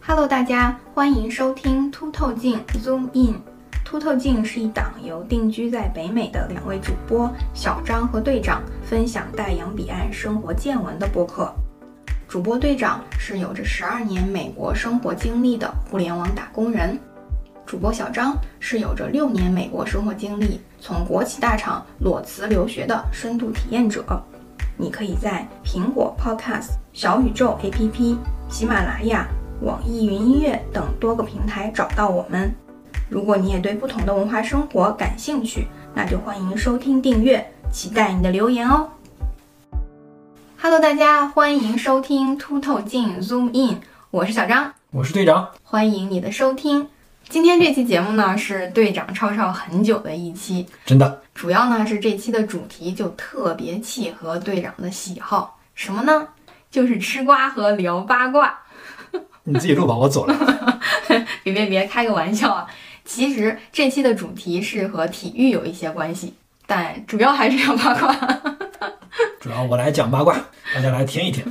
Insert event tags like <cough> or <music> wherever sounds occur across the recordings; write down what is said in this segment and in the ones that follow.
Hello，大家欢迎收听凸透镜 Zoom In。凸透镜是一档由定居在北美的两位主播小张和队长分享大洋彼岸生活见闻的播客。主播队长是有着十二年美国生活经历的互联网打工人，主播小张是有着六年美国生活经历，从国企大厂裸辞留学的深度体验者。你可以在苹果 Podcast、小宇宙 APP、喜马拉雅、网易云音乐等多个平台找到我们。如果你也对不同的文化生活感兴趣，那就欢迎收听订阅，期待你的留言哦。Hello，大家欢迎收听凸透镜 Zoom In，我是小张，我是队长。欢迎你的收听。今天这期节目呢是队长吵吵很久的一期，真的，主要呢是这期的主题就特别契合队长的喜好，什么呢？就是吃瓜和聊八卦。你自己录吧，我走了。 <laughs> 别别别，开个玩笑啊！其实这期的主题是和体育有一些关系，但主要还是要八卦。主要我来讲八卦，大家来听一听。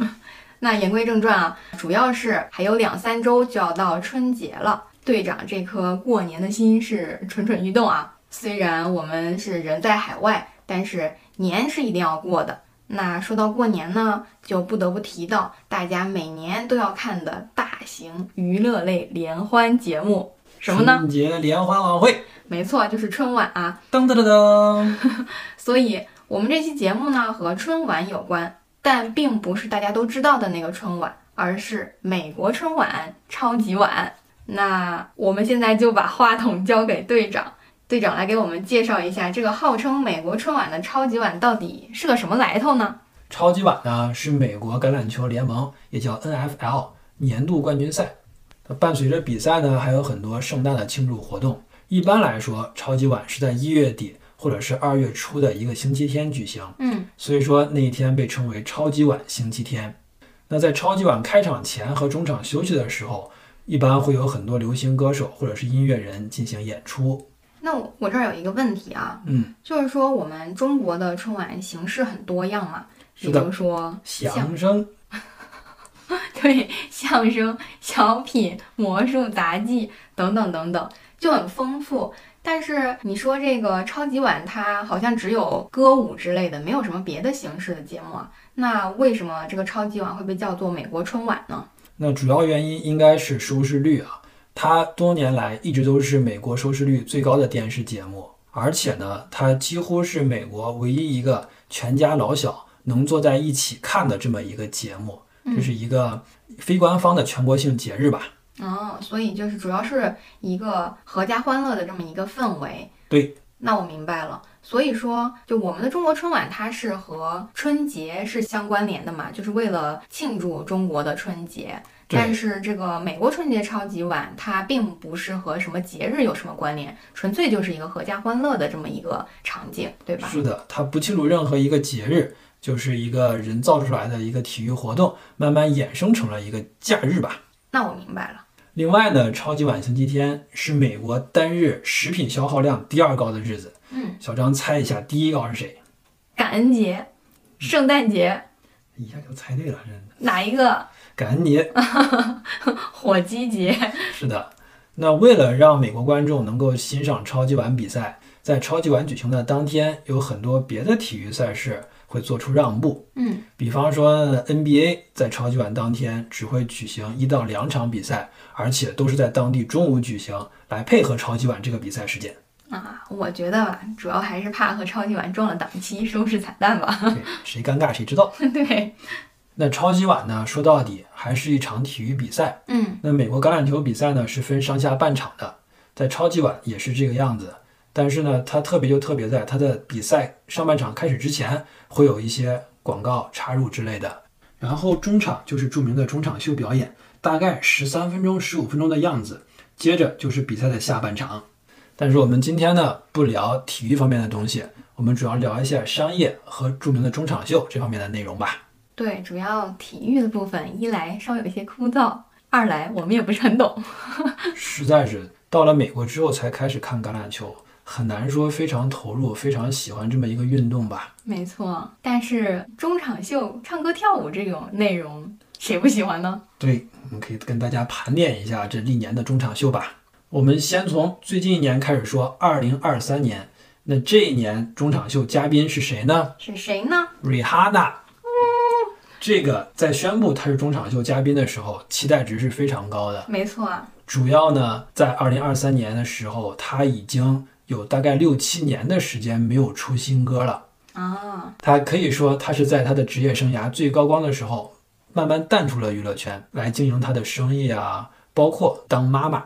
那言归正传啊，主要是还有两三周就要到春节了，队长这颗过年的心是蠢蠢欲动啊。虽然我们是人在海外，但是年是一定要过的。那说到过年呢，就不得不提到大家每年都要看的大型娱乐类联欢节目，什么呢？春节联欢晚会，没错，就是春晚啊。噔噔噔噔。所以我们这期节目呢和春晚有关，但并不是大家都知道的那个春晚，而是美国春晚、超级碗。那我们现在就把话筒交给队长，队长来给我们介绍一下这个号称美国春晚的超级碗到底是个什么来头呢？超级碗呢是美国橄榄球联盟，也叫 NFL 年度冠军赛。它伴随着比赛呢，还有很多盛大的庆祝活动。一般来说，超级碗是在一月底或者是二月初的一个星期天举行。嗯，所以说那一天被称为超级碗星期天。那在超级碗开场前和中场休息的时候，一般会有很多流行歌手或者是音乐人进行演出。那我我这儿有一个问题啊，嗯，就是说我们中国的春晚形式很多样嘛，比是的，如说相声 <laughs> 对相声、小品、魔术、杂技等等等等，就很丰富。但是你说这个超级碗，它好像只有歌舞之类的，没有什么别的形式的节目啊。那为什么这个超级碗会被叫做美国春晚呢？那主要原因应该是收视率啊，它多年来一直都是美国收视率最高的电视节目，而且呢，它几乎是美国唯一一个全家老小能坐在一起看的这么一个节目，这是一个非官方的全国性节日吧？哦，所以就是主要是一个合家欢乐的这么一个氛围。对，那我明白了。所以说，就我们的中国春晚，它是和春节是相关联的嘛，就是为了庆祝中国的春节。对但是这个美国春节超级碗，它并不是和什么节日有什么关联，纯粹就是一个合家欢乐的这么一个场景，对吧？是的，它不记录任何一个节日，就是一个人造出来的一个体育活动，慢慢衍生成了一个假日吧。那我明白了。另外呢，超级碗星期天是美国单日食品消耗量第二高的日子。嗯，小张猜一下，第一高是谁？感恩嗯节、圣诞节，一下就猜对了，真的。哪一个？感恩节，火鸡节。 <laughs> 是的。那为了让美国观众能够欣赏超级碗比赛，在超级碗举行的当天，有很多别的体育赛事会做出让步。嗯，比方说 NBA 在超级碗当天只会举行一到两场比赛，而且都是在当地中午举行，来配合超级碗这个比赛时间。啊，我觉得吧，主要还是怕和超级碗撞了档期，收视惨淡吧。 <laughs> 对，谁尴尬谁知道。对，那超级碗呢，说到底还是一场体育比赛。嗯那美国橄榄球比赛呢是分上下半场的，在超级碗也是这个样子。但是呢，它特别就特别在它的比赛上半场开始之前，会有一些广告插入之类的。然后中场就是著名的中场秀表演，大概十三分钟、十五分钟的样子。接着就是比赛的下半场。但是我们今天呢，不聊体育方面的东西，我们主要聊一下商业和著名的中场秀这方面的内容吧。对，主要体育的部分，一来稍有一些枯燥，二来我们也不是很懂。 <laughs> 实在是到了美国之后才开始看橄榄球，很难说非常投入、非常喜欢这么一个运动吧。没错，但是中场秀、唱歌跳舞这种内容，谁不喜欢呢？对，我们可以跟大家盘点一下这历年的中场秀吧。我们先从最近一年开始说，二零二三年。那这一年中场秀嘉宾是谁呢是谁呢？ ？Rihanna。这个在宣布她是中场秀嘉宾的时候，期待值是非常高的。没错啊，主要呢，在二零二三年的时候，她已经有大概六七年的时间没有出新歌了。啊，他可以说，他是在他的职业生涯最高光的时候，慢慢淡出了娱乐圈，来经营他的生意啊，包括当妈妈。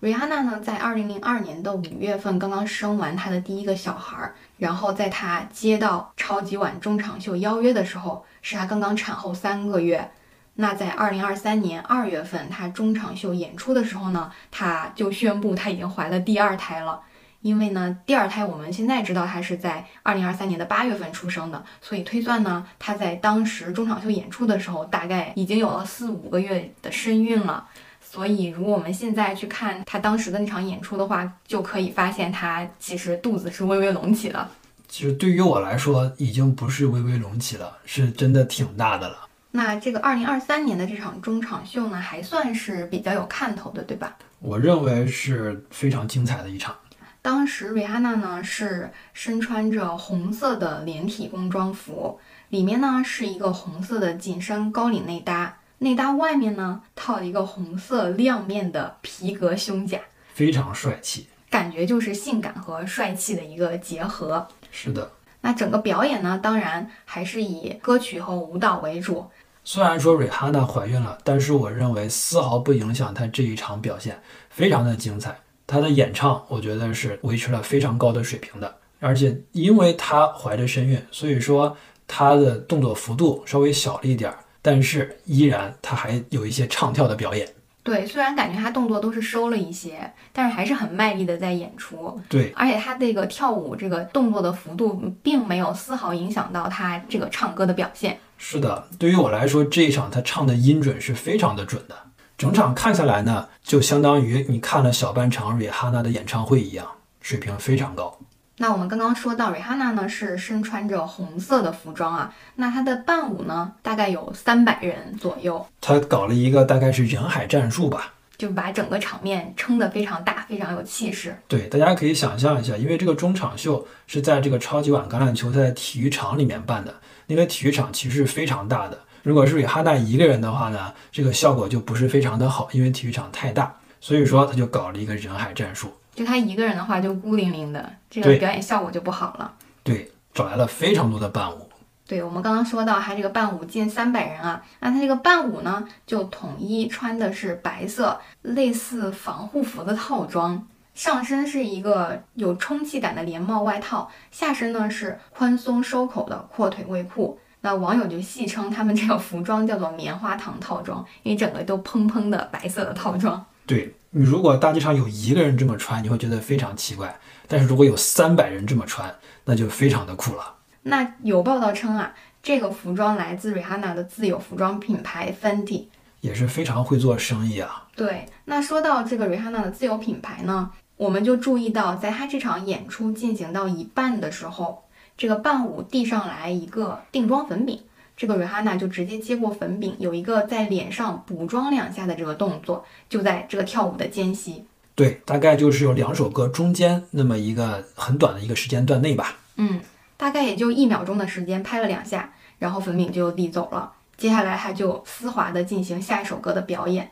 瑞哈娜呢，在二零零二年的五月份刚刚生完她的第一个小孩儿，然后在她接到超级碗中场秀邀约的时候，是她刚刚产后三个月。那在二零二三年二月份，她中场秀演出的时候呢，她就宣布她已经怀了第二胎了。因为呢，第二胎我们现在知道她是在二零二三年的八月份出生的，所以推算呢，她在当时中场秀演出的时候，大概已经有了四五个月的身孕了。所以，如果我们现在去看他当时的那场演出的话，就可以发现他其实肚子是微微隆起的。其实对于我来说，已经不是微微隆起了，是真的挺大的了。那这个二零二三年的这场中场秀呢，还算是比较有看头的，对吧？我认为是非常精彩的一场。当时瑞哈娜呢是身穿着红色的连体工装服，里面呢是一个红色的紧身高领内搭，内搭外面呢套了一个红色亮面的皮革胸甲，非常帅气。感觉就是性感和帅气的一个结合。是的，那整个表演呢，当然还是以歌曲和舞蹈为主。虽然说瑞哈娜怀孕了，但是我认为丝毫不影响她这一场表现，非常的精彩。她的演唱，我觉得是维持了非常高的水平的，而且因为她怀着身孕，所以说她的动作幅度稍微小了一点儿，但是依然她还有一些唱跳的表演。对，虽然感觉他动作都是收了一些，但是还是很卖力的在演出。对，而且他这个跳舞这个动作的幅度，并没有丝毫影响到他这个唱歌的表现。是的，对于我来说，这一场她唱的音准是非常的准的。整场看下来呢，就相当于你看了小半场瑞哈娜的演唱会一样，水平非常高。那我们刚刚说到 Rihanna 呢是身穿着红色的服装啊，那她的伴舞呢大概有三百人左右，他搞了一个大概是人海战术吧。就把整个场面撑得非常大，非常有气势。对，大家可以想象一下，因为这个中场秀是在这个超级碗橄榄球赛的体育场里面办的，那个体育场其实是非常大的。如果是瑞哈娜一个人的话呢，这个效果就不是非常的好，因为体育场太大，所以说他就搞了一个人海战术。就她一个人的话，就孤零零的，这对个表演效果就不好了。对，找来了非常多的伴舞，对，我们刚刚说到他这个伴舞近三百人啊，那他这个伴舞呢，就统一穿的是白色类似防护服的套装，上身是一个有充气感的连帽外套，下身呢是宽松收口的阔腿卫裤。那网友就戏称他们这个服装叫做“棉花糖套装”，因为整个都蓬蓬的白色的套装。对你如果大街上有一个人这么穿，你会觉得非常奇怪；但是如果有三百人这么穿，那就非常的酷了。那有报道称啊，这个服装来自 Rihanna 的自有服装品牌 Fendi。也是非常会做生意啊。对，那说到这个 Rihanna 的自有品牌呢，我们就注意到，在她这场演出进行到一半的时候，这个伴舞递上来一个定妆粉饼，这个 Rihanna 就直接接过粉饼，有一个在脸上补妆两下的这个动作，就在这个跳舞的间隙。对，大概就是有两首歌中间那么一个很短的一个时间段内吧。嗯，大概也就一秒钟的时间，拍了两下，然后粉饼就递走了。接下来，他就丝滑地进行下一首歌的表演。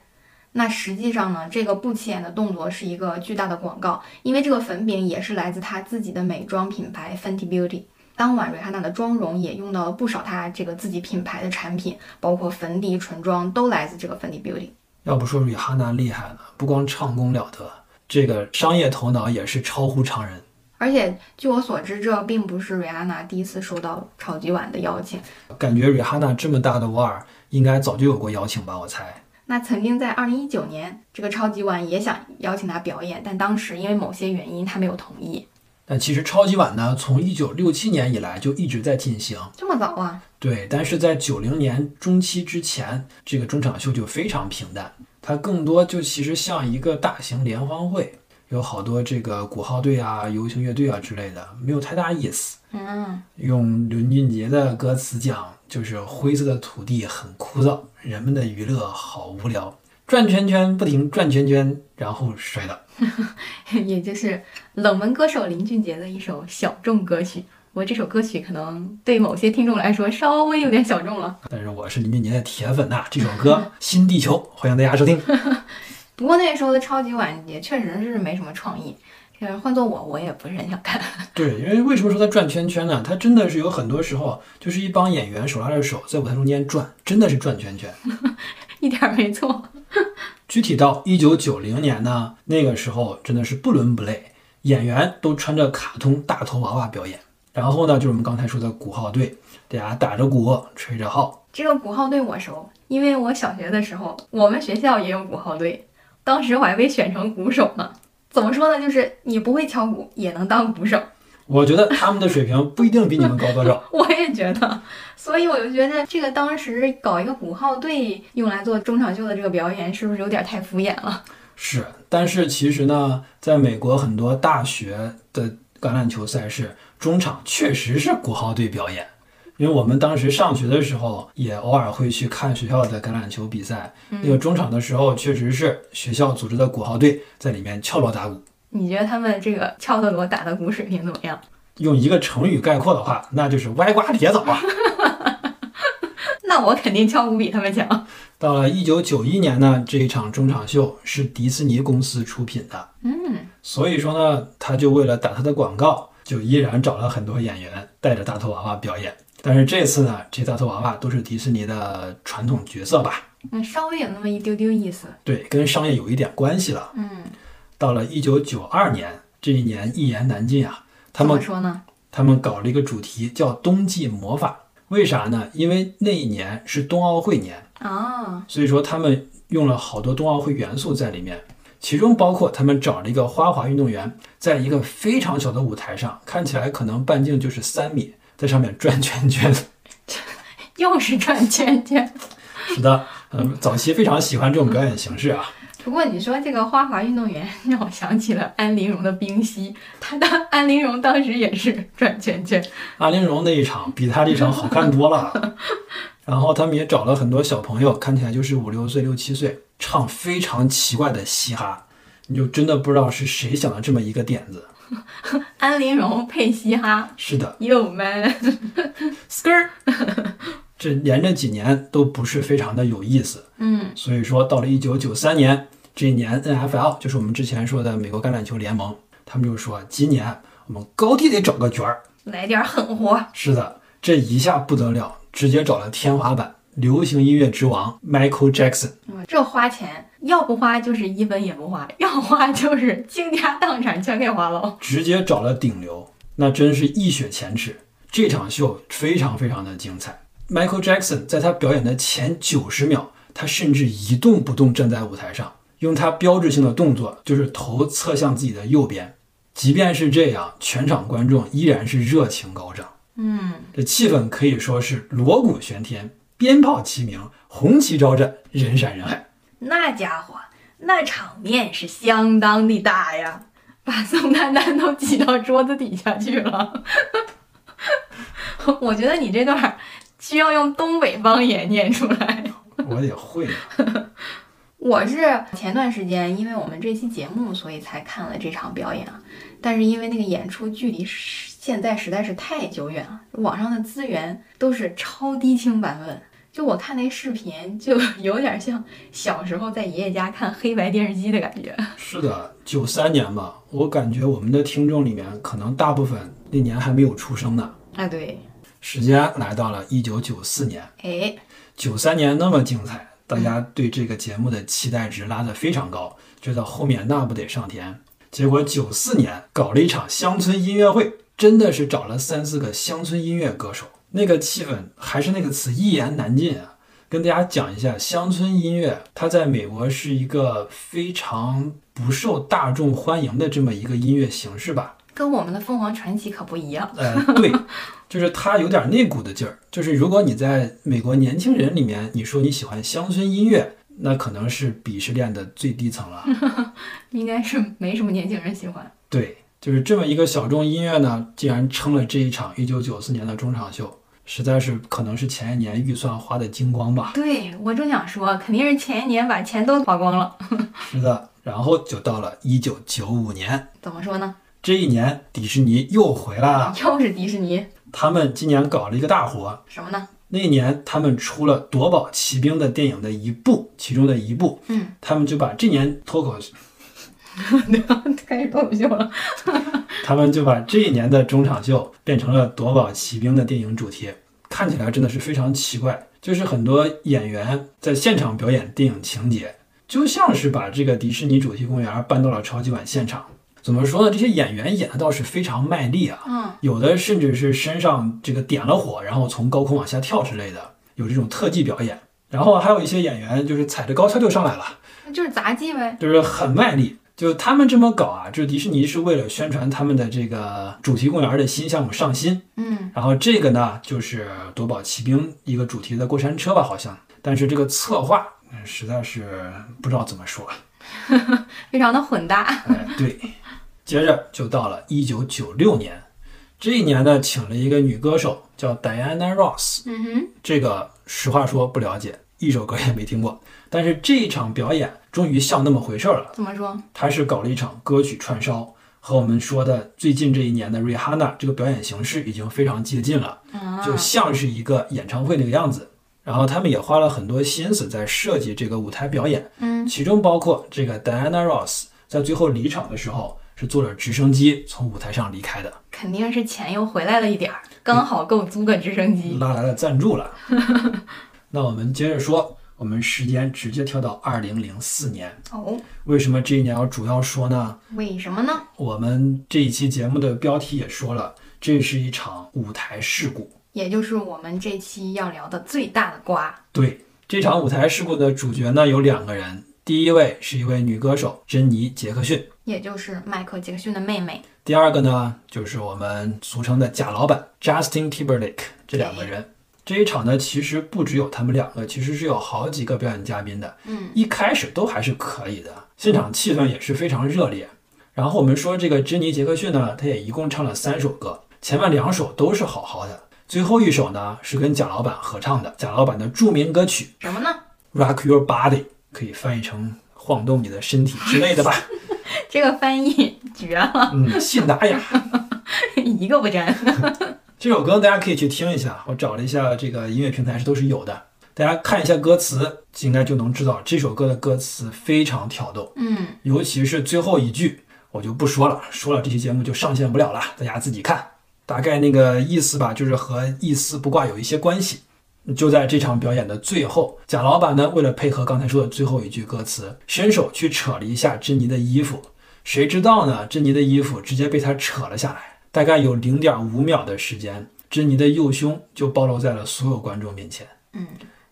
那实际上呢，这个不起眼的动作是一个巨大的广告，因为这个粉饼也是来自他自己的美妆品牌 Fenty Beauty。当晚，瑞哈娜的妆容也用到了不少她这个自己品牌的产品，包括粉底、唇妆都来自这个 Fenty Beauty。要不说瑞哈娜厉害呢，不光唱功了得，这个商业头脑也是超乎常人。而且，据我所知，这并不是瑞安娜第一次收到超级碗的邀请。感觉瑞哈娜这么大的腕儿，应该早就有过邀请吧？我猜。那曾经在二零一九年，这个超级碗也想邀请他表演，但当时因为某些原因，他没有同意。但其实超级碗呢，从一九六七年以来就一直在进行。这么早啊？ <laughs> 对，但是在九零年中期之前，这个中场秀就非常平淡，它更多就其实像一个大型联欢会，有好多这个鼓号队啊、游行乐队啊之类的，没有太大意思。嗯，用林俊杰的歌词讲，就是灰色的土地很枯燥，人们的娱乐好无聊，转圈圈不停转圈圈，然后摔倒。也就是冷门歌手林俊杰的一首小众歌曲。我这首歌曲可能对某些听众来说稍微有点小众了，但是我是林俊杰的铁粉呐、这首歌《新地球》，欢迎大家收听。不过那时候的超级碗也确实是没什么创意。这换做我，我也不是很想看。 <laughs> 对，因为为什么说他转圈圈呢？他真的是有很多时候就是一帮演员手拉着手在舞台中间转，真的是转圈圈。一点儿没错。具体到一九九零年呢，那个时候真的是不伦不类，演员都穿着卡通大头娃娃表演。然后呢，就是我们刚才说的鼓号队，大家打着鼓，吹着号。这个鼓号队我熟，因为我小学的时候，我们学校也有鼓号队，当时我还被选成鼓手呢。怎么说呢，就是你不会敲鼓也能当鼓手， <laughs> 我觉得他们的水平不一定比你们高多少。我也觉得，所以我就觉得这个当时搞一个鼓号队用来做中场秀的这个表演，是不是有点太敷衍了？是，但是其实呢，在美国很多大学的橄榄球赛事中场确实是鼓号队表演，因为我们当时上学的时候也偶尔会去看学校的橄榄球比赛，那个中场的时候确实是学校组织的鼓号队在里面敲锣打鼓。你觉得他们这个敲的锣打的鼓水平怎么样？ <laughs> 用一个成语概括的话，那就是歪瓜裂枣啊。那我肯定敲鼓比他们强。到了一九九一年呢，这一场中场秀是迪士尼公司出品的，嗯，所以说呢，他就为了打他的广告，就依然找了很多演员带着大头娃娃表演。但是这次呢，这大头娃娃都是迪士尼的传统角色吧？嗯，稍微有那么一丢丢意思。对，跟商业有一点关系了。嗯，到了一九九二年，这一年一言难尽啊，他怎们么说呢？他们搞了一个主题叫冬季魔法，为啥呢？因为那一年是冬奥会年，啊，所以说他们用了好多冬奥会元素在里面，其中包括他们找了一个花滑运动员，在一个非常小的舞台上，看起来可能半径就是三米，在上面转圈圈。 <laughs> 又是转圈圈。是的，嗯，早期非常喜欢这种表演形式啊。不过你说这个花滑运动员， <laughs> 让我想起了安陵容的冰嬉，她当安陵容当时也是转圈圈，阿玲容那一场比他这场好看多了。然后他们也找了很多小朋友，看起来就是五六岁、六七岁，唱非常奇怪的嘻哈，你就真的不知道是谁想了这么一个点子。安陵容配嘻哈是的， ，You <laughs> man， skr，这连着几年都不是非常的有意思。嗯所以说，到了一九九三年，这一年 NFL 就是我们之前说的美国橄榄球联盟，他们就说今年我们高低得找个角儿。来点狠活，是的，这一下不得了，直接找了天花板流行音乐之王 Michael Jackson。嗯这花钱要不花就是一分也不花，要花就是倾家荡产全给花喽。直接找了顶流，那真是一雪前耻。这场秀非常非常的精彩。Michael Jackson 在他表演的前九十秒，他甚至一动不动站在舞台上，用他标志性的动作，就是头侧向自己的右边。即便是这样，全场观众依然是热情高涨，嗯，这气氛可以说是锣鼓喧天，鞭炮齐鸣，红旗招展，人山人海。那家伙那场面是相当的大呀，把宋丹丹都挤到桌子底下去了。 <laughs> 我觉得你这段儿需要用东北方言念出来。我得会啊。我是前段时间因为我们这期节目，所以才看了这场表演啊。但是因为那个演出距离是现在实在是太久远了，网上的资源都是超低清版本。就我看那视频，就 <laughs> 有点像小时候在爷爷家看黑白电视机的感觉。是的，九三年吧，我感觉我们的听众里面可能大部分那年还没有出生呢。啊，对，时间来到了一九九四年，哎，九三年那么精彩，大家对这个节目的期待值拉得非常高，觉得后面那不得上天。结果九四年搞了一场乡村音乐会，真的是找了三四个乡村音乐歌手，那个气氛还是那个词，一言难尽啊。跟大家讲一下，乡村音乐它在美国是一个非常不受大众欢迎的这么一个音乐形式吧。跟我们的凤凰传奇可不一样。呃，对，就是它有点那股的劲儿。就是如果你在美国年轻人里面，你说你喜欢乡村音乐，那可能是鄙视链的最低层了。应该是没什么年轻人喜欢。对，就是这么一个小众音乐呢，竟然撑了这一场一九九四年的中场秀，实在是可能是前一年预算花的精光吧。对我正想说，肯定是前一年把钱都花光了。是的，然后就到了一九九五年，怎么说呢？这一年迪士尼又回来了，又是迪士尼，他们今年搞了一个大活，什么呢？ <laughs> 那一年他们出了《夺宝奇兵》的电影的一部，其中的一部，嗯，他们就把这年脱口，开始脱口秀了。他们就把这一年的中场秀变成了《夺宝奇兵》的电影主题，看起来真的是非常奇怪，就是很多演员在现场表演电影情节，就像是把这个迪士尼主题公园搬到了超级碗现场。怎么说呢？这些演员演的倒是非常卖力啊，嗯，有的甚至是身上这个点了火，然后从高空往下跳之类的，有这种特技表演。然后还有一些演员就是踩着高跷就上来了，那就是杂技呗。就是很卖力。就他们这么搞啊，就是迪士尼是为了宣传他们的这个主题公园的新项目上新。嗯，然后这个呢，就是夺宝奇兵一个主题的过山车吧，好像。但是这个策划，嗯，实在是不知道怎么说。非常的混搭。哎，对。接着就到了一九九六年，这一年呢，请了一个女歌手叫 Diana Ross。嗯哼，这个实话说不了解，一首歌也没听过。但是这一场表演终于像那么回事儿了，怎么说？他是搞了一场歌曲串烧，和我们说的最近这一年的 Rihanna 这个表演形式已经非常接近了，啊，就像是一个演唱会那个样子。然后他们也花了很多心思在设计这个舞台表演，嗯，其中包括这个 Diana Ross 在最后离场的时候是坐着直升机从舞台上离开的，肯定是钱又回来了一点儿，刚好够租个直升机。拉来了赞助了。那我们接着说，我们时间直接跳到二零零四年。哦，为什么这一年要主要说呢？为什么呢？我们这一期节目的标题也说了，这是一场舞台事故。也就是我们这期要聊的最大的瓜。对，这场舞台事故的主角呢有两个人，第一位是一位女歌手珍妮·杰克逊，也就是迈克尔·杰克逊的妹妹，第二个呢就是我们俗称的假老板 Justin Timberlake 这两个人。这一场呢，其实不只有他们两个，其实是有好几个表演嘉宾的。嗯，一开始都还是可以的，现场气氛也是非常热烈。然后我们说这个珍妮·杰克逊呢，她也一共唱了三首歌，前面两首都是好好的，最后一首呢是跟贾老板合唱的，贾老板的著名歌曲什么呢？ 《Rock Your Body》，可以翻译成“晃动你的身体”之类的吧？这个翻译绝了，嗯，信达雅一个不沾。这首歌大家可以去听一下，我找了一下这个音乐平台是都是有的，大家看一下歌词，应该就能知道这首歌的歌词非常挑逗。嗯，尤其是最后一句，我就不说了，说了这期节目就上线不了了，大家自己看。大概那个意思吧，就是和一丝不挂有一些关系。就在这场表演的最后，贾老板呢，为了配合刚才说的最后一句歌词，伸手去扯了一下珍妮的衣服，谁知道呢？珍妮的衣服直接被他扯了下来，大概有零点五秒的时间，珍妮的右胸就暴露在了所有观众面前。嗯，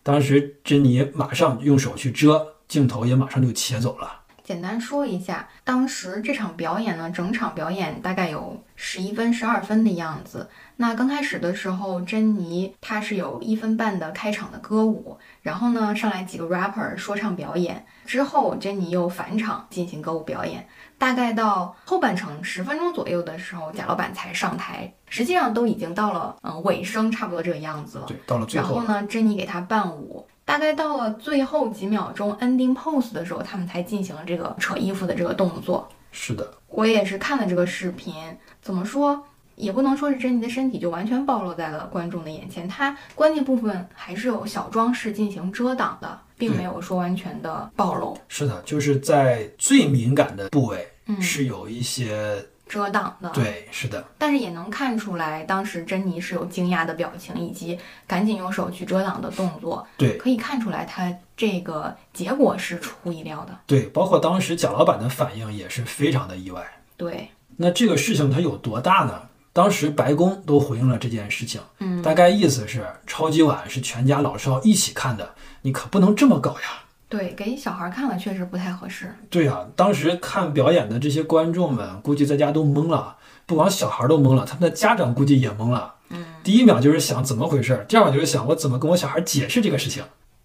当时珍妮马上用手去遮，镜头也马上就切走了。简单说一下，当时这场表演呢，整场表演大概有十一分、十二分的样子。那刚开始的时候，珍妮她是有一分半的开场的歌舞，然后呢上来几个 rapper 说唱表演，之后珍妮又返场进行歌舞表演。大概到后半程十分钟左右的时候，贾老板才上台，实际上都已经到了嗯尾声，差不多这个样子了。对，到了最然后后。呢，珍妮给他伴舞，大概到了最后几秒钟 ending pose 的时候，他们才进行了这个扯衣服的这个动作。是的，我也是看了这个视频，怎么说也不能说是珍妮的身体就完全暴露在了观众的眼前，她关键部分还是有小装饰进行遮挡的，并对没有说完全的暴露。是的，就是在最敏感的部位嗯，啊是有一些、遮挡的。对，是的，但是也能看出来，当时珍妮是有惊讶的表情，以及赶紧用手去遮挡的动作，对可以看出来她这个结果是出乎意料的。对，包括当时贾老板的反应也是非常的意外。对，那这个事情它有多大呢？当时白宫都回应了这件事情，嗯，大概意思是超级碗是全家老少一起看的，你可不能这么搞呀。对，给小孩看了确实不太合适。对呀、当时看表演的这些观众们，估计在家都懵了，不光小孩都懵了，他们的家长估计也懵了。嗯，第一秒就是想怎么回事儿，第二秒就是想我怎么跟我小孩解释这个事情。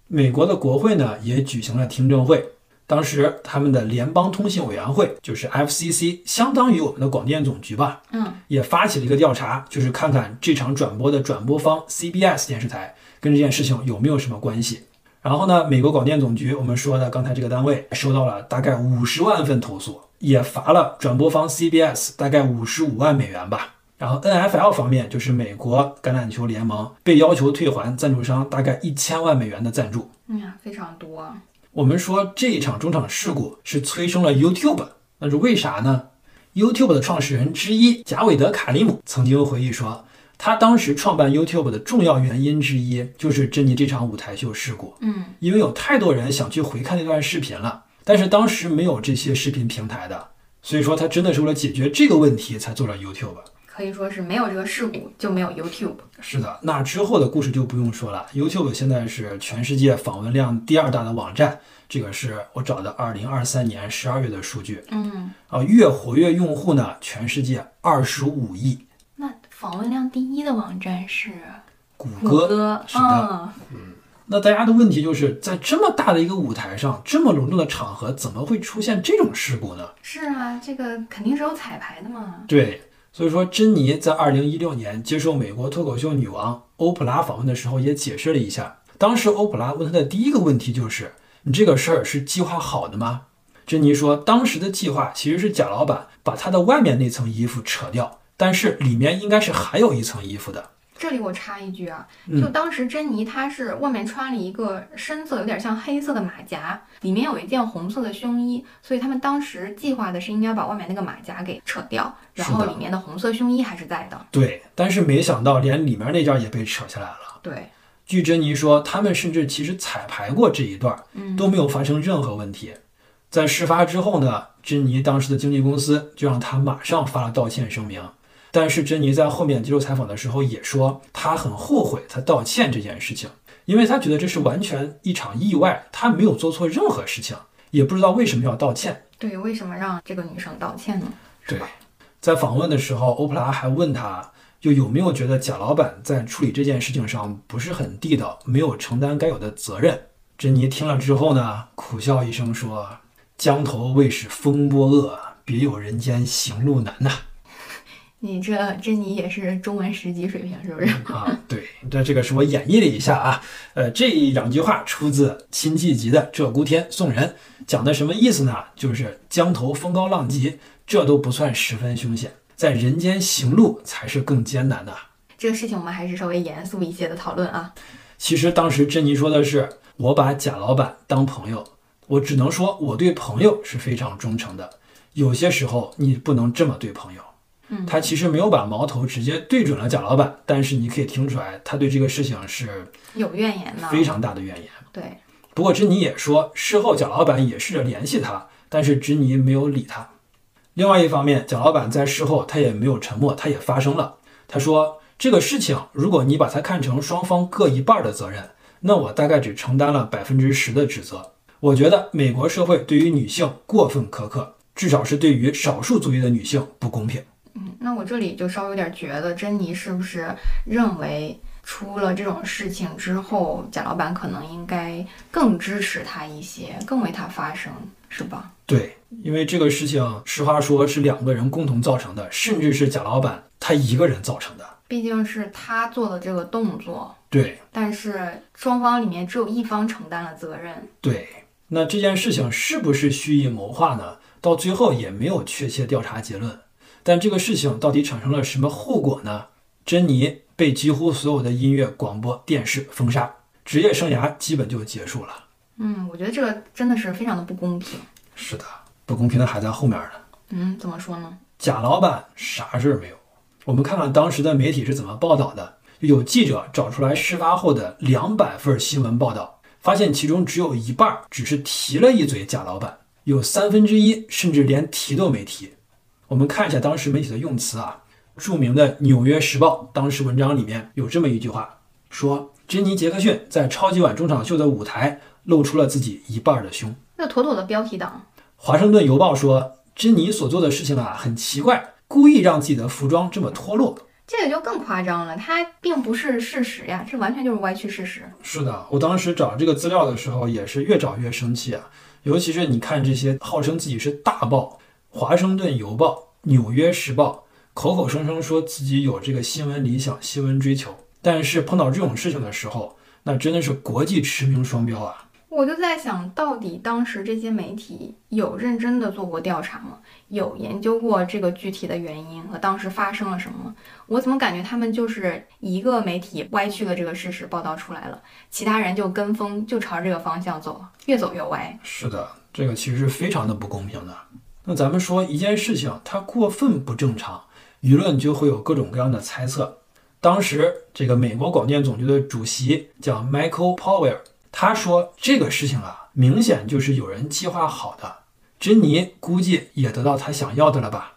美国的国会呢也举行了听证会，当时他们的联邦通信委员会就是 FCC，相当于我们的广电总局吧，嗯也发起了一个调查，就是看看这场转播的转播方 CBS 电视台跟这件事情有没有什么关系。然后呢，美国广电总局我们说的刚才这个单位收到了大概五十万份投诉，也罚了转播方 CBS 大概五十五万美元吧。然后 NFL 方面就是美国橄榄球联盟被要求退还赞助商大概一千万美元的赞助。嗯呀，非常多。我们说这一场中场事故是催生了 YouTube，那是为啥呢？YouTube 的创始人之一贾韦德·卡利姆曾经回忆说，他当时创办 YouTube 的重要原因之一就是珍妮这场舞台秀事故，嗯因为有太多人想去回看那段视频了，但是当时没有这些视频平台的，所以说他真的是为了解决这个问题才做了 YouTube。可以说是没有这个事故就没有 YouTube。是的，那之后的故事就不用说了。YouTube 现在是全世界访问量第二大的网站，这个是我找的2023年12月的数据嗯，啊。月活跃用户呢，全世界25亿。那访问量第一的网站是谷谷歌，歌，是的嗯，那大家的问题就是在这么大的一个舞台上，这么隆重的场合，怎么会出现这种事故呢？是啊，这个肯定是有彩排的嘛。对，所以说珍妮在2016年接受美国脱口秀女王欧普拉访问的时候，也解释了一下。当时欧普拉问她的第一个问题就是：“你这个事儿是计划好的吗？”珍妮说，当时的计划其实是贾老板把他的外面那层衣服扯掉，但是里面应该是还有一层衣服的。这里我插一句啊，嗯就当时珍妮她是外面穿了一个深色有点像黑色的马甲，里面有一件红色的胸衣，所以他们当时计划的是应该把外面那个马甲给扯掉，然后是的里面的红色胸衣还是在的。对，但是没想到连里面那件也被扯下来了。对，据珍妮说，他们甚至其实彩排过这一段儿，嗯都没有发生任何问题。在事发之后呢，珍妮当时的经纪公司就让她马上发了道歉声明。但是珍妮在后面接受采访的时候也说，她很后悔她道歉这件事情，因为她觉得这是完全一场意外，她没有做错任何事情，也不知道为什么要道歉。对，为什么让这个女生道歉呢？对，在访问的时候，欧普拉还问他，就有没有觉得贾老板在处理这件事情上不是很地道，没有承担该有的责任。珍妮听了之后呢，苦笑一声说：“江头未使风波恶，别有人间行路难呐、你这珍妮也是中文十级水平是不是？ <laughs> 啊，对，这这个是我演绎了一下啊，呃，这两句话出自辛弃疾的《鹧鸪天送人》，讲的什么意思呢？就是江头风高浪急，这都不算十分凶险，在人间行路才是更艰难的。这个事情我们还是稍微严肃一些的讨论啊。其实当时珍妮说的是，我把贾老板当朋友，我只能说我对朋友是非常忠诚的。有些时候你不能这么对朋友。嗯他其实没有把矛头直接对准了贾老板，但是你可以听出来，他对这个事情是有怨言呢，非常大的怨言。对，不过珍妮也说，事后贾老板也试着联系他，但是珍妮没有理他。另外一方面，贾老板在事后他也没有沉默，他也发声了。他说：“这个事情，如果你把它看成双方各一半的责任，那我大概只承担了百分之十的指责。我觉得美国社会对于女性过分苛刻，至少是对于少数族裔的女性不公平。嗯，那我这里就稍微有点觉得，珍妮是不是认为出了这种事情之后，贾老板可能应该更支持他一些，更为他发声，是吧？”对，因为这个事情，实话说是两个人共同造成的，甚至是贾老板他一个人造成的。毕竟是他做的这个动作，对，但是双方里面只有一方承担了责任。对，那这件事情是不是蓄意谋划呢？到最后也没有确切调查结论。但这个事情到底产生了什么后果呢？珍妮被几乎所有的音乐、广播、电视封杀，职业生涯基本就结束了。嗯，我觉得这个真的是非常的不公平。是的，不公平的还在后面呢。嗯，怎么说呢？贾老板啥事儿没有。我们看看当时的媒体是怎么报道的。有记者找出来事发后的两百份新闻报道，发现其中只有一半儿只是提了一嘴贾老板，有三分之一甚至连提都没提。我们看一下当时媒体的用词啊，著名的《纽约时报》当时文章里面有这么一句话，说珍妮·杰克逊在超级碗中场秀的舞台露出了自己一半儿的胸。那妥妥的标题党。华盛顿邮报说，珍妮所做的事情啊很奇怪，故意让自己的服装这么脱落。这个就更夸张了，它并不是事实呀，这完全就是歪曲事实。是的，我当时找这个资料的时候也是越找越生气啊，尤其是你看这些号称自己是大报，《华盛顿邮报》《纽约时报》，口口声声说自己有这个新闻理想、新闻追求，但是碰到这种事情的时候，那真的是国际驰名双标啊。我就在想，到底当时这些媒体有认真的做过调查吗？有研究过这个具体的原因和当时发生了什么吗？我怎么感觉他们就是一个媒体歪曲了这个事实报道出来了，其他人就跟风，就朝这个方向走，越走越歪。是的，这个其实是非常的不公平的。那咱们说一件事情，它过分不正常，舆论就会有各种各样的猜测。当时这个美国广电总局的主席叫 Michael Powell，他说这个事情啊，明显就是有人计划好的。珍妮估计也得到她想要的了吧？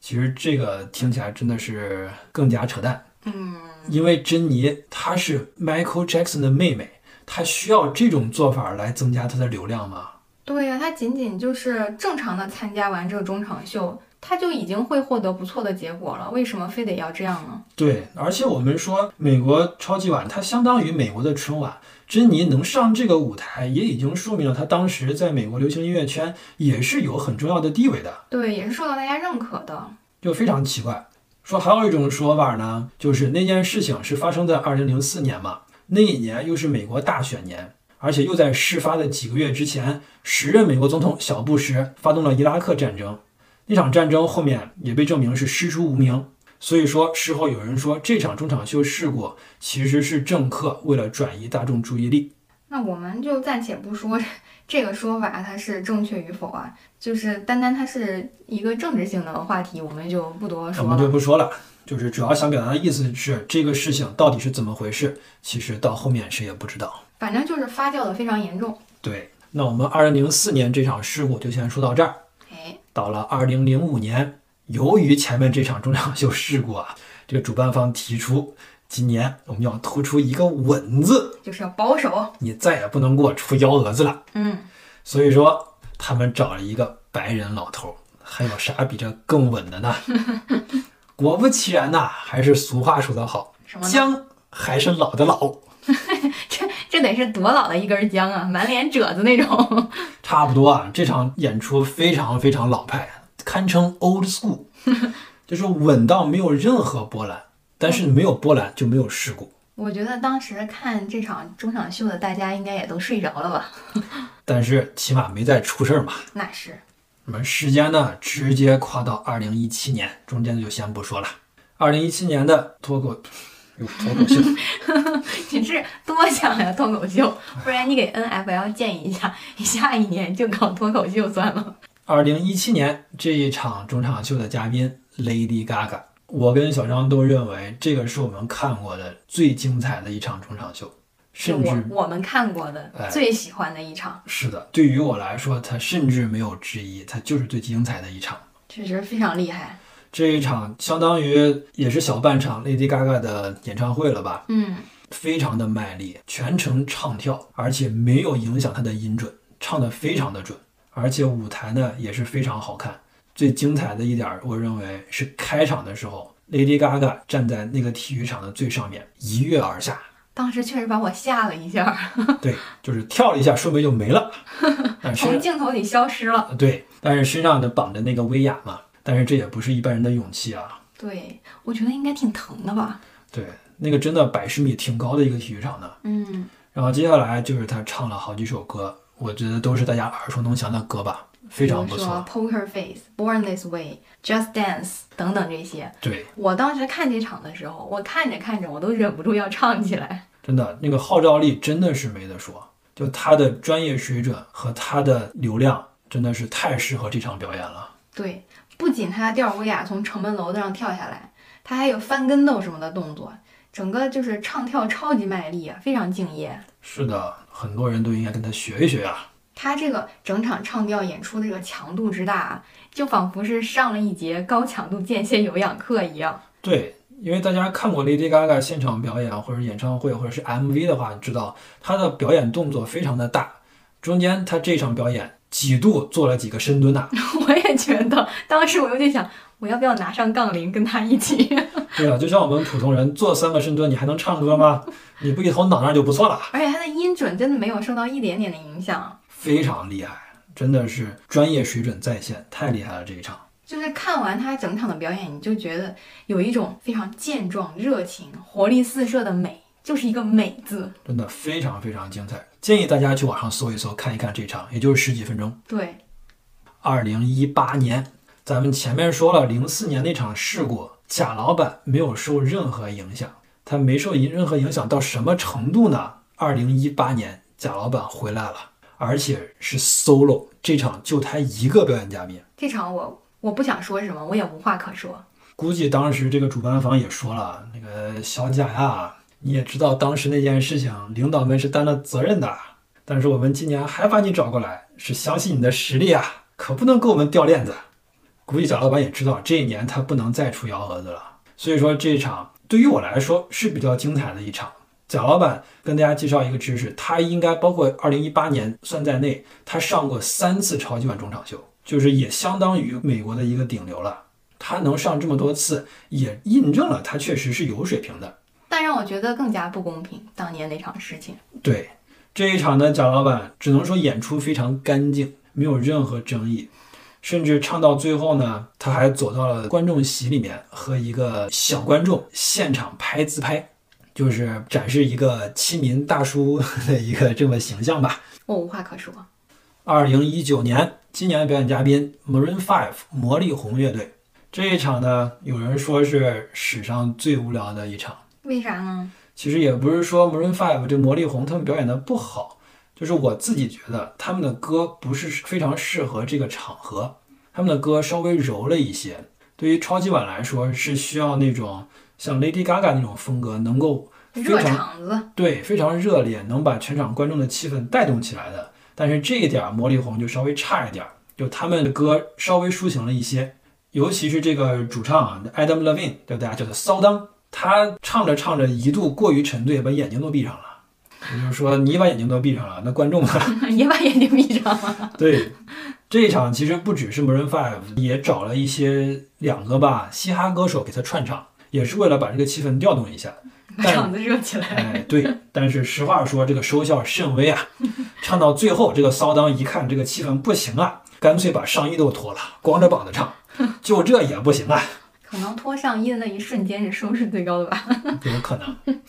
其实这个听起来真的是更加扯淡，嗯，因为珍妮她是 Michael Jackson 的妹妹，她需要这种做法来增加她的流量吗？对呀、他仅仅就是正常的参加完这个中场秀，他就已经会获得不错的结果了，为什么非得要这样呢？对，而且我们说美国超级碗，它相当于美国的春晚。珍妮能上这个舞台，也已经说明了她当时在美国流行音乐圈也是有很重要的地位的，对，也是受到大家认可的。就非常奇怪。说还有一种说法呢，就是那件事情是发生在二零零四年嘛，那一年又是美国大选年，而且又在事发的几个月之前，时任美国总统小布什发动了伊拉克战争。那场战争后面也被证明是师出无名，所以说，事后有人说这场中场秀事故其实是政客为了转移大众注意力。那我们就暂且不说这个说法它是正确与否啊，就是单单它是一个政治性的话题，我们就不多我说们就了。不说了，就是主要想表达的意思是这个事情到底是怎么回事，其实到后面谁也不知道。反正就是发酵的非常严重。对，那我们二零零四年这场事故就先说到这儿。哎，到了二零零五年，由于前面这场中场秀事故啊，这个主办方提出，今年我们要突出一个“稳”字，就是要保守。你再也不能给我出幺蛾子了。嗯，所以说，他们找了一个白人老头，还有啥比这更稳的呢？ <laughs> 果不其然呐、还是俗话说得好，什么呢？姜还是老的老，这得是多老的一根姜啊，满脸褶子那种。 <laughs> 差不多啊。这场演出非常非常老派，堪称 <laughs> old school，就是稳到没有任何波澜，但是没有波澜就没有事故。我觉得当时看这场中场秀的大家应该也都睡着了吧？但是起码没再出事儿嘛。那是， <laughs> 我们时间呢，直接跨到二零一七年，中间就先不说了。二零一七年的脱口，有脱 <laughs> 口秀，你是多想呀脱口秀，不然你给 NFL 建议一下， <laughs> 你下一年就搞脱口秀算了。二零一七年这一场中场秀的嘉宾 Lady Gaga，我跟小张都认为这个是我们看过的最精彩的一场中场秀，是甚我至我们看过的哎最喜欢的一场，是的，对于我来说，它甚至没有之一，它就是最精彩的一场。确实非常厉害。这一场相当于也是小半场 Lady Gaga 的演唱会了吧，嗯，非常的卖力，全程唱跳，而且没有影响她的音准，唱得非常的准，而且舞台呢也是非常好看。最精彩的一点儿，我认为是开场的时候，Lady Gaga 站在那个体育场的最上面，一跃而下， <laughs> 当时确实把我吓了一下，对，就是跳了一下，说没就没了。 <laughs> 但从是，镜头里消失了。啊对，但是身上呢绑着那个威亚嘛，但是这也不是一般人的勇气啊。对，我觉得应该挺疼的吧。对，那个真的百十米挺高的一个体育场呢。嗯，然后接下来就是他唱了好几首歌，我觉得都是大家耳熟能详的歌吧，非常比不如说错。 Poker Face、Born This Way、Just Dance 等等这些，对，我当时看这场的时候，我看着看着我都忍不住要唱起来。真的那个号召力真的是没得说，就他的专业水准和他的流量真的是太适合这场表演了。对，不仅他吊威亚从城门楼子上跳下来，他还有翻跟斗什么的动作，整个就是唱跳超级卖力啊，非常敬业。是的，很多人都应该跟他学一学啊。他这个整场唱调演出的这个强度之大啊，就仿佛是上了一节高强度间歇有氧课一样。 <laughs> 对，因为大家看过 Lady Gaga 现场表演或者演唱会或者是 MV 的话，知道她的表演动作非常的大，中间她这场表演几度做了几个深蹲呐、 <laughs> 我也觉得，当时我就在想，我要不要拿上杠铃跟他一起？ <laughs> 对啊，就像我们普通人做三个深蹲，你还能唱歌吗？你不给头脑那儿就不错了，而且它的音准真的没有受到一点点的影响，非常厉害，真的是专业水准在线，太厉害了这一场。就是看完他整场的表演，你就觉得有一种非常健壮、热情、活力四射的美，就是一个美字。真的非常非常精彩，建议大家去网上搜一搜，看一看这场，也就是十几分钟。对，二零一八年，咱们前面说了，零四年那场事故，贾老板没有受任何影响，他没受影任何影响到什么程度呢？二零一八年，贾老板回来了，而且是 solo，这场就他一个表演嘉宾。这场我我不想说什么，我也无话可说。估计当时这个主办方也说了，那个小贾呀，你也知道当时那件事情，领导们是担了责任的。但是我们今年还把你找过来，是相信你的实力啊，可不能给我们掉链子。估计贾老板也知道这一年他不能再出幺蛾子了，所以说这一场对于我来说是比较精彩的一场。贾老板跟大家介绍一个知识，他应该包括二零一八年算在内，他上过三次超级碗中场秀，就是也相当于美国的一个顶流了。他能上这么多次，也印证了他确实是有水平的。但让我觉得更加不公平，当年那场事情，对这一场呢，贾老板只能说演出非常干净，没有任何争议，甚至唱到最后呢，他还走到了观众席里面和一个小观众现场拍自拍，就是展示一个亲民大叔的一个这么形象吧。我无话可说。二零一九年，今年的表演嘉宾 Maroon Five 魔力红乐队这一场呢，有人说是史上最无聊的一场。为啥呢？其实也不是说 Maroon Five 这魔力红他们表演的不好，就是我自己觉得他们的歌不是非常适合这个场合，他们的歌稍微柔了一些。对于超级碗来说，是需要那种像 Lady Gaga 那种风格，能够非常热场子， <laughs> 对非常热烈，能把全场观众的气氛带动起来的。但是这一点儿魔力红就稍微差一点儿，就他们的歌稍微抒情了一些，尤其是这个主唱啊 Adam Levine，对不对？啊叫做骚当，他唱着唱着一度过于沉醉，把眼睛都闭上了。也就是说，你把眼睛都闭上了，那观众呢？ <laughs> 也把眼睛闭上了。 <laughs> 对，这一场其实不只是 Maroon Five，也找了一些两个吧嘻哈歌手给他串场，也是为了把这个气氛调动一下。把但场子热起来。哎，对，但是实话说，这个收效甚微啊。唱到最后，这个骚当一看这个气氛不行啊，干脆把上衣都脱了，光着膀子唱，就这也不行啊，可能脱上衣的那一瞬间是收视最高的吧。有可能。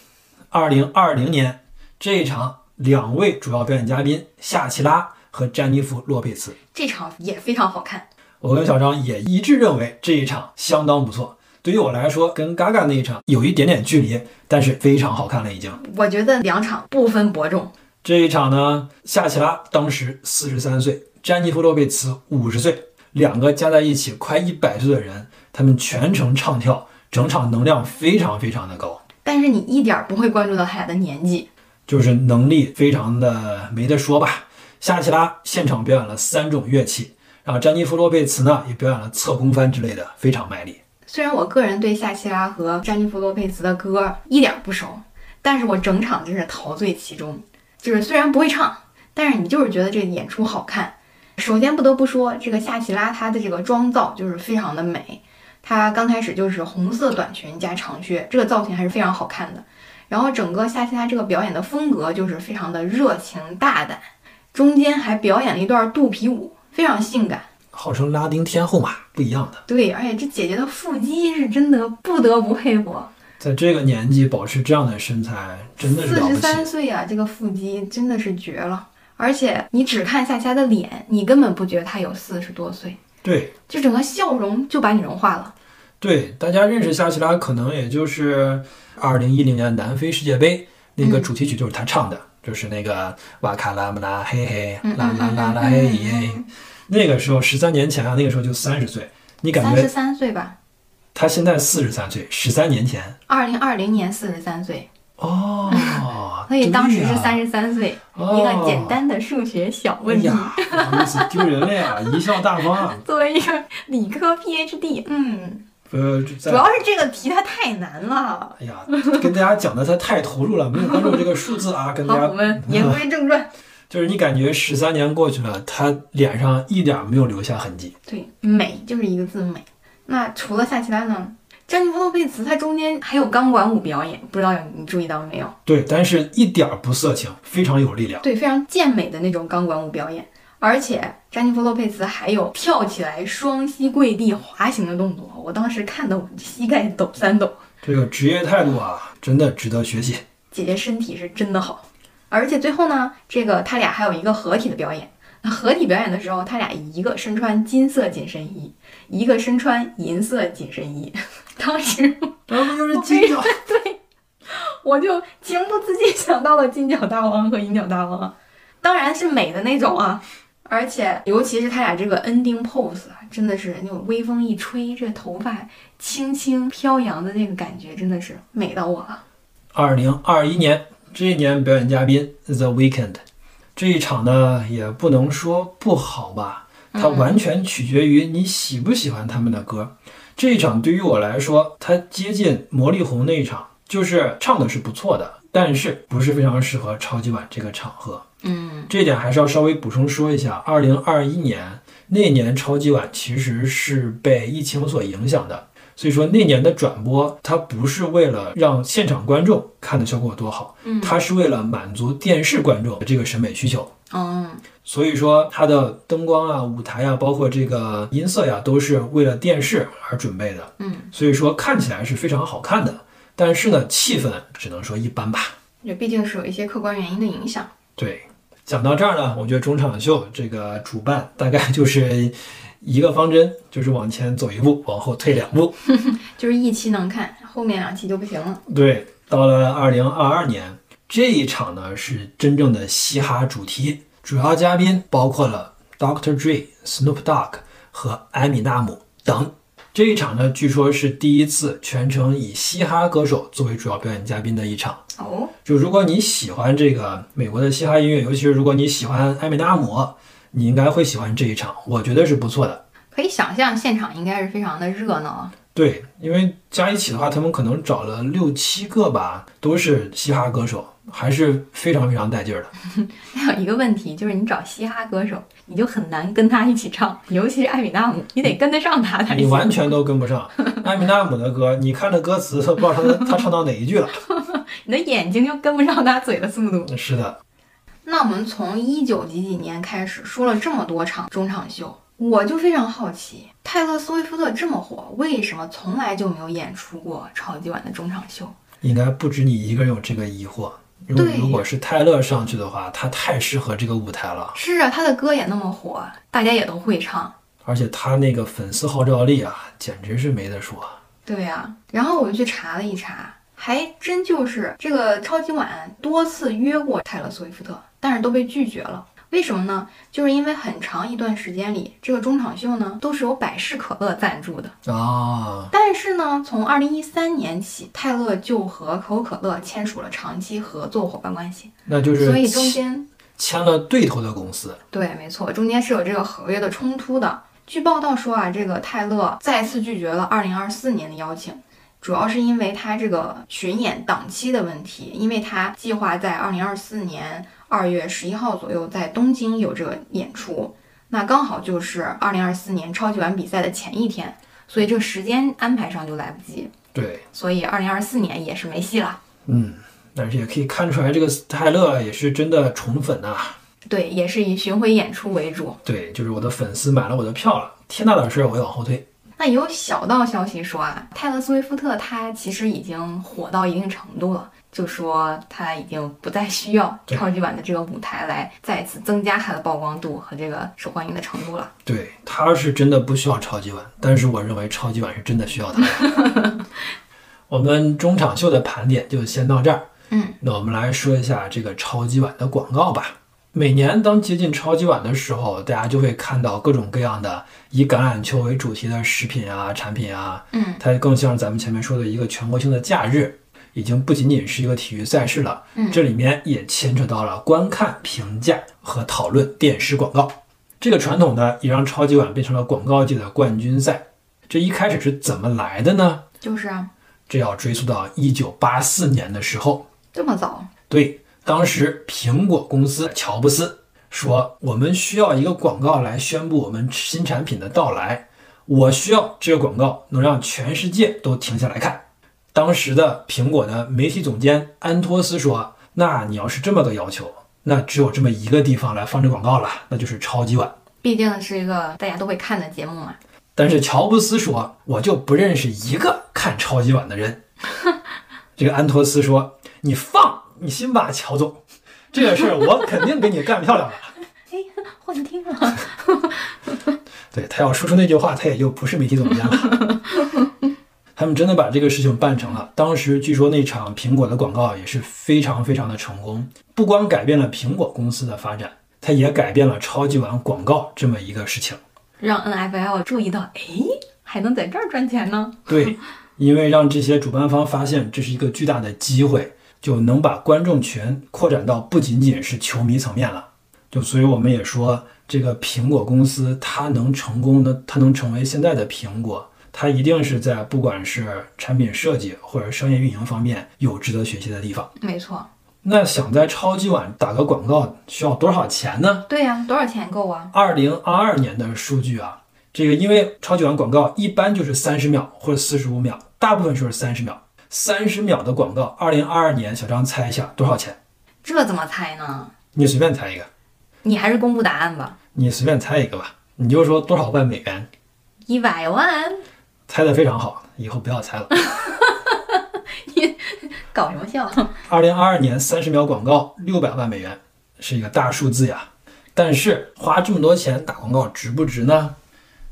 二零二零年这一场，两位主要表演嘉宾夏奇拉和詹妮弗·洛佩茨，这场也非常好看，我跟小张也一致认为这一场相当不错。对于我来说，跟 Gaga 那一场有一点点距离，但是非常好看了已经。我觉得两场不分伯仲，这一场呢，夏奇拉当时四十三岁，詹妮弗·洛佩茨五十岁，两个加在一起快一百岁的人，他们全程唱跳，整场能量非常非常的高，但是你一点儿不会关注到他俩的年纪。就是能力非常的没得说吧。夏奇拉现场表演了三种乐器，然后詹妮弗·洛佩茨呢也表演了侧空翻之类的，非常卖力。虽然我个人对夏奇拉和詹妮弗·洛佩兹的歌一点儿不熟，但是我整场就是陶醉其中，就是虽然不会唱，但是你就是觉得这演出好看。首先不得不说，这个夏奇拉她的这个妆造就是非常的美，她刚开始就是红色短裙加长靴，这个造型还是非常好看的。然后整个夏奇拉这个表演的风格就是非常的热情大胆，中间还表演了一段肚皮舞，非常性感。号称拉丁天后嘛，不一样的，对，而且这姐姐的腹肌是真的不得不佩服，在这个年纪保持这样的身材，真的是四了十不起。三岁啊，这个腹肌真的是绝了。而且你只看夏夏的脸，你根本不觉得她有四十多岁，对，就整个笑容就把你融化了。对，大家认识夏奇拉，可能也就是二零一零年南非世界杯那嗯个主题曲就是他唱的，就是那个哇卡拉姆拉嘿嘿嗯啦啦啦啦嘿耶。那个时候十三年前啊，那个时候就三十岁，你感三十觉三岁吧，他现在四十三岁，十三年前二零二零年四十三岁，，哦 <laughs> 所以当时对是呀哦三十三岁，一个简。单的数学小哎问题。呀，不好意思，丢人了呀！贻笑大 <laughs> 方啊！作为一个理科 PhD，嗯，呃，主在要是这个题它太难了。哎呀，跟大家讲的他太投入了，没有关注这个数字啊，跟大好，家我们言归正传。就是你感觉十三年过去了，他脸上一点没有留下痕迹。对，美就是一个字美。那除了夏奇拉呢？詹妮弗·洛佩兹她中间还有钢管舞表演，不知道有你注意到没有？对，但是一点儿不色情，非常有力量。对，非常健美的那种钢管舞表演。而且詹妮弗·洛佩兹还有跳起来、双膝跪地、滑行的动作，我当时看的我膝盖抖三抖。这个职业态度啊，真的值得学习。姐姐身体是真的好，而且最后呢，这个他俩还有一个合体的表演。那合体表演的时候，他俩一个身穿金色紧身衣，一个身穿银色紧身衣。 <laughs> 当时咱们就是金角，我就情不自禁想到了金角大王和银角大王，当然是美的那种啊。而且尤其是他俩这个 ending pose 啊，真的是那种微风一吹，这头发轻轻飘扬的那个感觉，真的是美到我了。 <laughs> 二零二一年这一年表演嘉宾 The Weeknd，这一场呢也不能说不好吧，它完全取决于你喜不喜欢他们的歌。这一场对于我来说，它接近魔力红那一场，就是唱的是不错的，但是不是非常适合超级碗这个场合。嗯，这一点还是要稍微补充说一下。二零二一年那年超级碗其实是被疫情所影响的，所以说那年的转播它不是为了让现场观众看的效果多好，嗯它是为了满足电视观众的这个审美需求。哦，所以说它的灯光啊、舞台啊，包括这个音色呀、都是为了电视而准备的。嗯，所以说看起来是非常好看的，但是呢，气氛只能说一般吧。这毕竟是有一些客观原因的影响。对，讲到这儿呢，我觉得中场秀这个主办大概就是一个方针，就是往前走一步，往后退两步。就是一期能看，后面两期就不行了。对，到了二零二二年这一场呢，是真正的嘻哈主题，主要嘉宾包括了 Dr. Dre、Snoop Dogg 和艾米纳姆等。这一场呢，据说是第一次全程以嘻哈歌手作为主要表演嘉宾的一场。哦，就如果你喜欢这个美国的嘻哈音乐，尤其是如果你喜欢艾米纳姆，你应该会喜欢这一场，我觉得是不错的。可以想象现场应该是非常的热闹啊。对，因为加一起的话，他们可能找了六七个吧，都是嘻哈歌手，还是非常非常带劲儿的。还有一个问题就是，你找嘻哈歌手，你就很难跟他一起唱，尤其是艾米纳姆，你得跟得上他才你行。完全都跟不上艾米纳姆的歌，你看着歌词都不知道他他唱到哪一句了。 <laughs> 你的眼睛就跟不上他嘴的速度。是的，那我们从一九几几年开始说了这么多场中场秀，我就非常好奇，泰勒·斯威夫特这么火，为什么从来就没有演出过超级碗的中场秀？应该不止你一个人有这个疑惑。如果对如果是泰勒上去的话，他太适合这个舞台了。是啊，他的歌也那么火，大家也都会唱。而且他那个粉丝号召力啊，简直是没得说。啊对呀、然后我就去查了一查，还真就是这个超级碗多次约过泰勒·斯威夫特，但是都被拒绝了。为什么呢？就是因为很长一段时间里，这个中场秀呢都是由百事可乐赞助的。啊，但是呢，从二零一三年起，泰勒就和可口可乐签署了长期合作伙伴关系，那就是所以中间签了对头的公司，对，没错，中间是有这个合约的冲突的。据报道说啊，这个泰勒再次拒绝了2024年的邀请，主要是因为他这个巡演档期的问题，因为他计划在2024年2月11号左右在东京有这个演出，那刚好就是2024年超级碗比赛的前一天，所以这个时间安排上就来不及，对，所以2024年也是没戏了。嗯，但是也可以看出来，这个泰勒也是真的宠粉呐、对，也是以巡回演出为主。对，就是我的粉丝买了我的票了，天大的事儿我也往后推，那有小道消息说啊，泰勒·斯威夫特他其实已经火到一定程度了，就说他已经不再需要对超级碗的这个舞台来再次增加他的曝光度和这个受欢迎的程度了。对，他是真的不需要超级碗，但是我认为超级碗是真的需要他。 <laughs> 我们中场秀的盘点就先到这儿。嗯，那我们来说一下这个超级碗的广告吧。每年当接近超级碗的时候，大家就会看到各种各样的以橄榄球为主题的食品啊、产品啊。嗯，它更像咱们前面说的一个全国性的假日，已经不仅仅是一个体育赛事了。嗯这里面也牵扯到了观看、评价和讨论电视广告。这个传统呢，也让超级碗变成了广告界的冠军赛。这一开始是怎么来的呢？就是啊，这要追溯到一九八四年的时候。这么早，对，当时苹果公司乔布斯说，我们需要一个广告来宣布我们新产品的到来。我需要这个广告能让全世界都停下来看。当时的苹果的媒体总监安托斯说：“那你要是这么个要求，那只有这么一个地方来放这广告了，那就是超级碗。毕竟是一个大家都会看的节目嘛。”但是乔布斯说：“我就不认识一个看超级碗的人。”这个安托斯说：“你放你心吧，乔总，这个事儿我肯定给你干漂亮了。”哎，幻听了。 <laughs> 对他要说出那句话，他也就不是媒体总监了。他们真的把这个事情办成了。当时据说那场苹果的广告也是非常非常的成功，不光改变了苹果公司的发展，它也改变了超级碗广告这么一个事情，让 NFL 注意到，哎，还能在这儿赚钱呢。对，因为让这些主办方发现这是一个巨大的机会，就能把观众群扩展到不仅仅是球迷层面了。就所以我们也说，这个苹果公司它能成功的，它能成为现在的苹果，它一定是在不管是产品设计或者商业运营方面有值得学习的地方。 <laughs> 没错，那想在超级碗打个广告需要多少钱呢？对呀、多少钱够啊？二零二二年的数据啊，这个因为超级碗广告一般就是三十秒或者四十五秒，大部分就是三十秒。三十秒的广告，二零二二年小张猜一下多少钱？这怎么猜呢？你随便猜一个，你还是公布答案吧。你随便猜一个吧，你就说多少万美元一百万，猜的非常好，以后不要猜了。搞什么笑？二零二二年三十秒广告六百万美元是一个大数字呀，但是花这么多钱打广告值不值呢？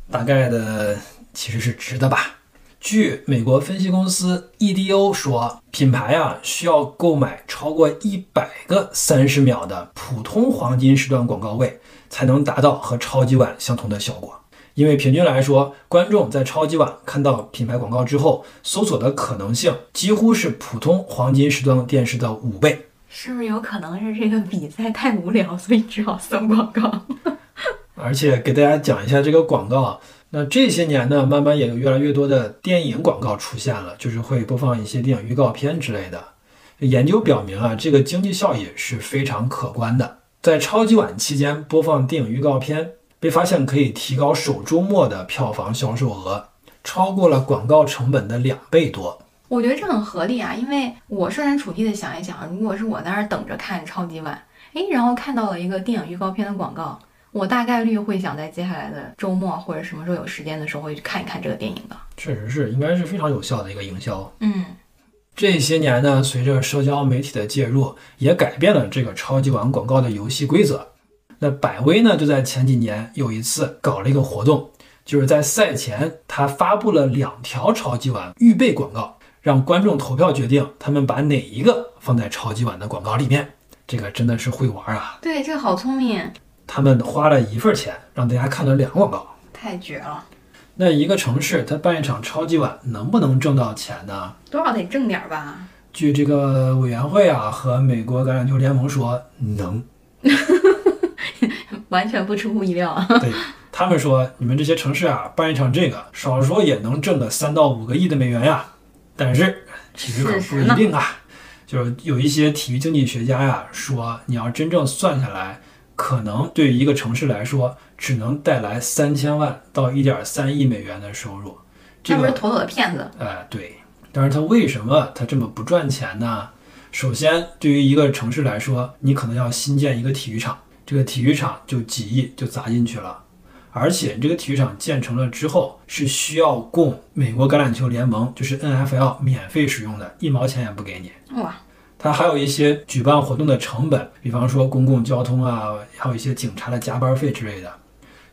大概的其实是值的吧。据美国分析公司 EDO 说，品牌啊需要购买超过一百个三十秒的普通黄金时段广告位，才能达到和超级碗相同的效果。因为平均来说，观众在超级碗看到品牌广告之后，搜索的可能性几乎是普通黄金时段电视的五倍。是不是有可能是这个比赛太无聊，所以只好搜广告？ <laughs> 而且给大家讲一下这个广告啊，那这些年呢，慢慢也有越来越多的电影广告出现了，就是会播放一些电影预告片之类的。研究表明啊，这个经济效益是非常可观的。在超级碗期间播放电影预告片，被发现可以提高首周末的票房销售额，超过了广告成本的两倍多。我觉得这很合理啊，因为我设身处地的想一想，如果是我在那儿等着看超级碗，哎，然后看到了一个电影预告片的广告，我大概率会想在接下来的周末或者什么时候有时间的时候会去看一看这个电影的。确实是，应该是非常有效的一个营销。嗯，这些年呢，随着社交媒体的介入，也改变了这个超级碗广告的游戏规则。那百威呢，就在前几年有一次搞了一个活动，就是在赛前，他发布了两条超级碗预备广告，让观众投票决定他们把哪一个放在超级碗的广告里面。这个真的是会玩啊！对，这个好聪明，他们花了一份钱，让大家看了两个广告。太绝了，那一个城市，它办一场超级碗，能不能挣到钱呢？多少得挣点儿吧？据这个委员会啊和美国橄榄球联盟说，能。完全不出乎意料啊！对他们说，你们这些城市啊，办一场这个，少说也能挣个三到五个亿的美元呀、但是其实事可不实一呢定啊，就是有一些体育经济学家呀、说，你要真正算下来，可能对于一个城市来说，只能带来三千万到一点三亿美元的收入。这那个不是妥妥的骗子。呃，对，但是它为什么它这么不赚钱呢？首先，对于一个城市来说，你可能要新建一个体育场，这个体育场就几亿就砸进去了，而且这个体育场建成了之后是需要供美国橄榄球联盟，就是 NFL 免费使用的，一毛钱也不给你。哇，它还有一些举办活动的成本，比方说公共交通啊，还有一些警察的加班费之类的。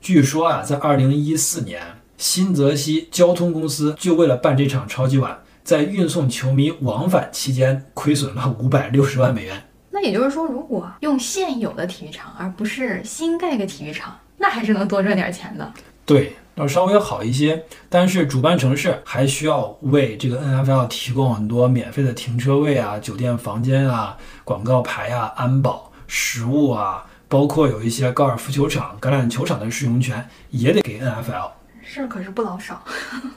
据说啊，在二零一四年，新泽西交通公司就为了办这场超级碗，在运送球迷往返期间亏损了五百六十万美元。那也就是说，如果用现有的体育场，而不是新盖个体育场，那还是能多赚点钱的。对，要稍微好一些，但是主办城市还需要为这个 NFL 提供很多免费的停车位啊、酒店房间啊、广告牌啊、安保、食物啊，包括有一些高尔夫球场、橄榄球场的使用权也得给 NFL。事儿可是不老少。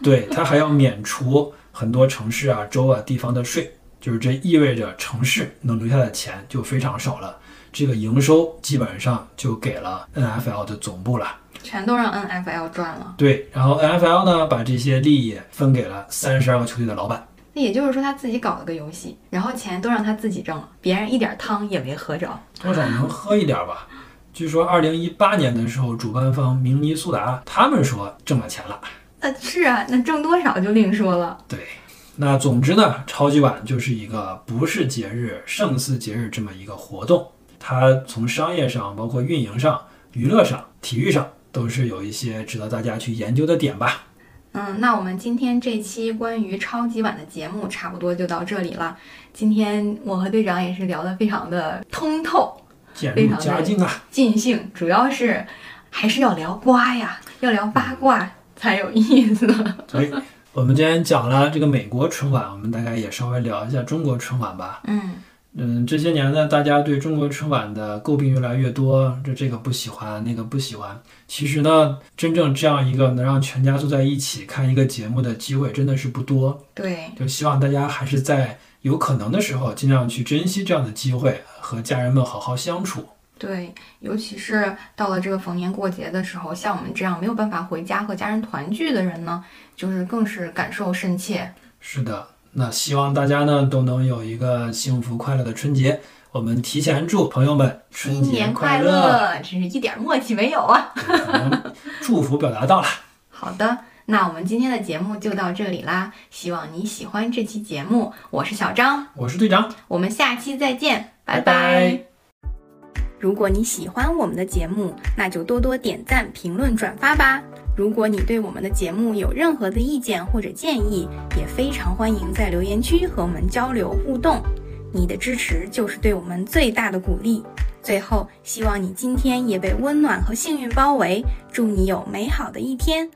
对，它还要免除很多城市啊、州啊、地方的税，就是这意味着城市能留下的钱就非常少了，这个营收基本上就给了 NFL 的总部了。全都让 NFL 赚了。对，然后 NFL 呢，把这些利益分给了三十二个球队的老板。那也就是说，他自己搞了个游戏，然后钱都让他自己挣了，别人一点汤也没喝着。多少能喝一点吧。据说二零一八年的时候，主办方明尼苏达他们说挣了钱了。那是啊，那挣多少就另说了。对，那总之呢，超级碗就是一个不是节日胜似节日这么一个活动，它从商业上、包括运营上、娱乐上、体育上，都是有一些值得大家去研究的点吧。嗯，那我们今天这期关于超级碗的节目差不多就到这里了。今天我和队长也是聊得非常的通透、渐非入常佳的境啊，尽兴，主要是还是要聊瓜呀，要聊八卦才有意思。所以我们今天讲了这个美国春晚，我们大概也稍微聊一下中国春晚吧。嗯，嗯，这些年呢，大家对中国春晚的诟病越来越多，这这个不喜欢，那个不喜欢。其实呢，真正这样一个能让全家坐在一起看一个节目的机会真的是不多， <laughs> 对，就希望大家还是在有可能的时候，尽量去珍惜这样的机会，和家人们好好相处。对，尤其是到了这个逢年过节的时候，像我们这样没有办法回家和家人团聚的人呢，就是更是感受深切。是的，那希望大家呢都能有一个幸福快乐的春节。我们提前祝朋友们春新节年快乐！乐，真是一点默契没有啊！对可能祝福表达到了。好的，那我们今天的节目就到这里啦，希望你喜欢这期节目。我是小张，我是队长，我们下期再见，拜拜拜如果你喜欢我们的节目，那就多多点赞、评论、转发吧。如果你对我们的节目有任何的意见或者建议，也非常欢迎在留言区和我们交流互动。你的支持就是对我们最大的鼓励。最后，希望你今天也被温暖和幸运包围，祝你有美好的一天。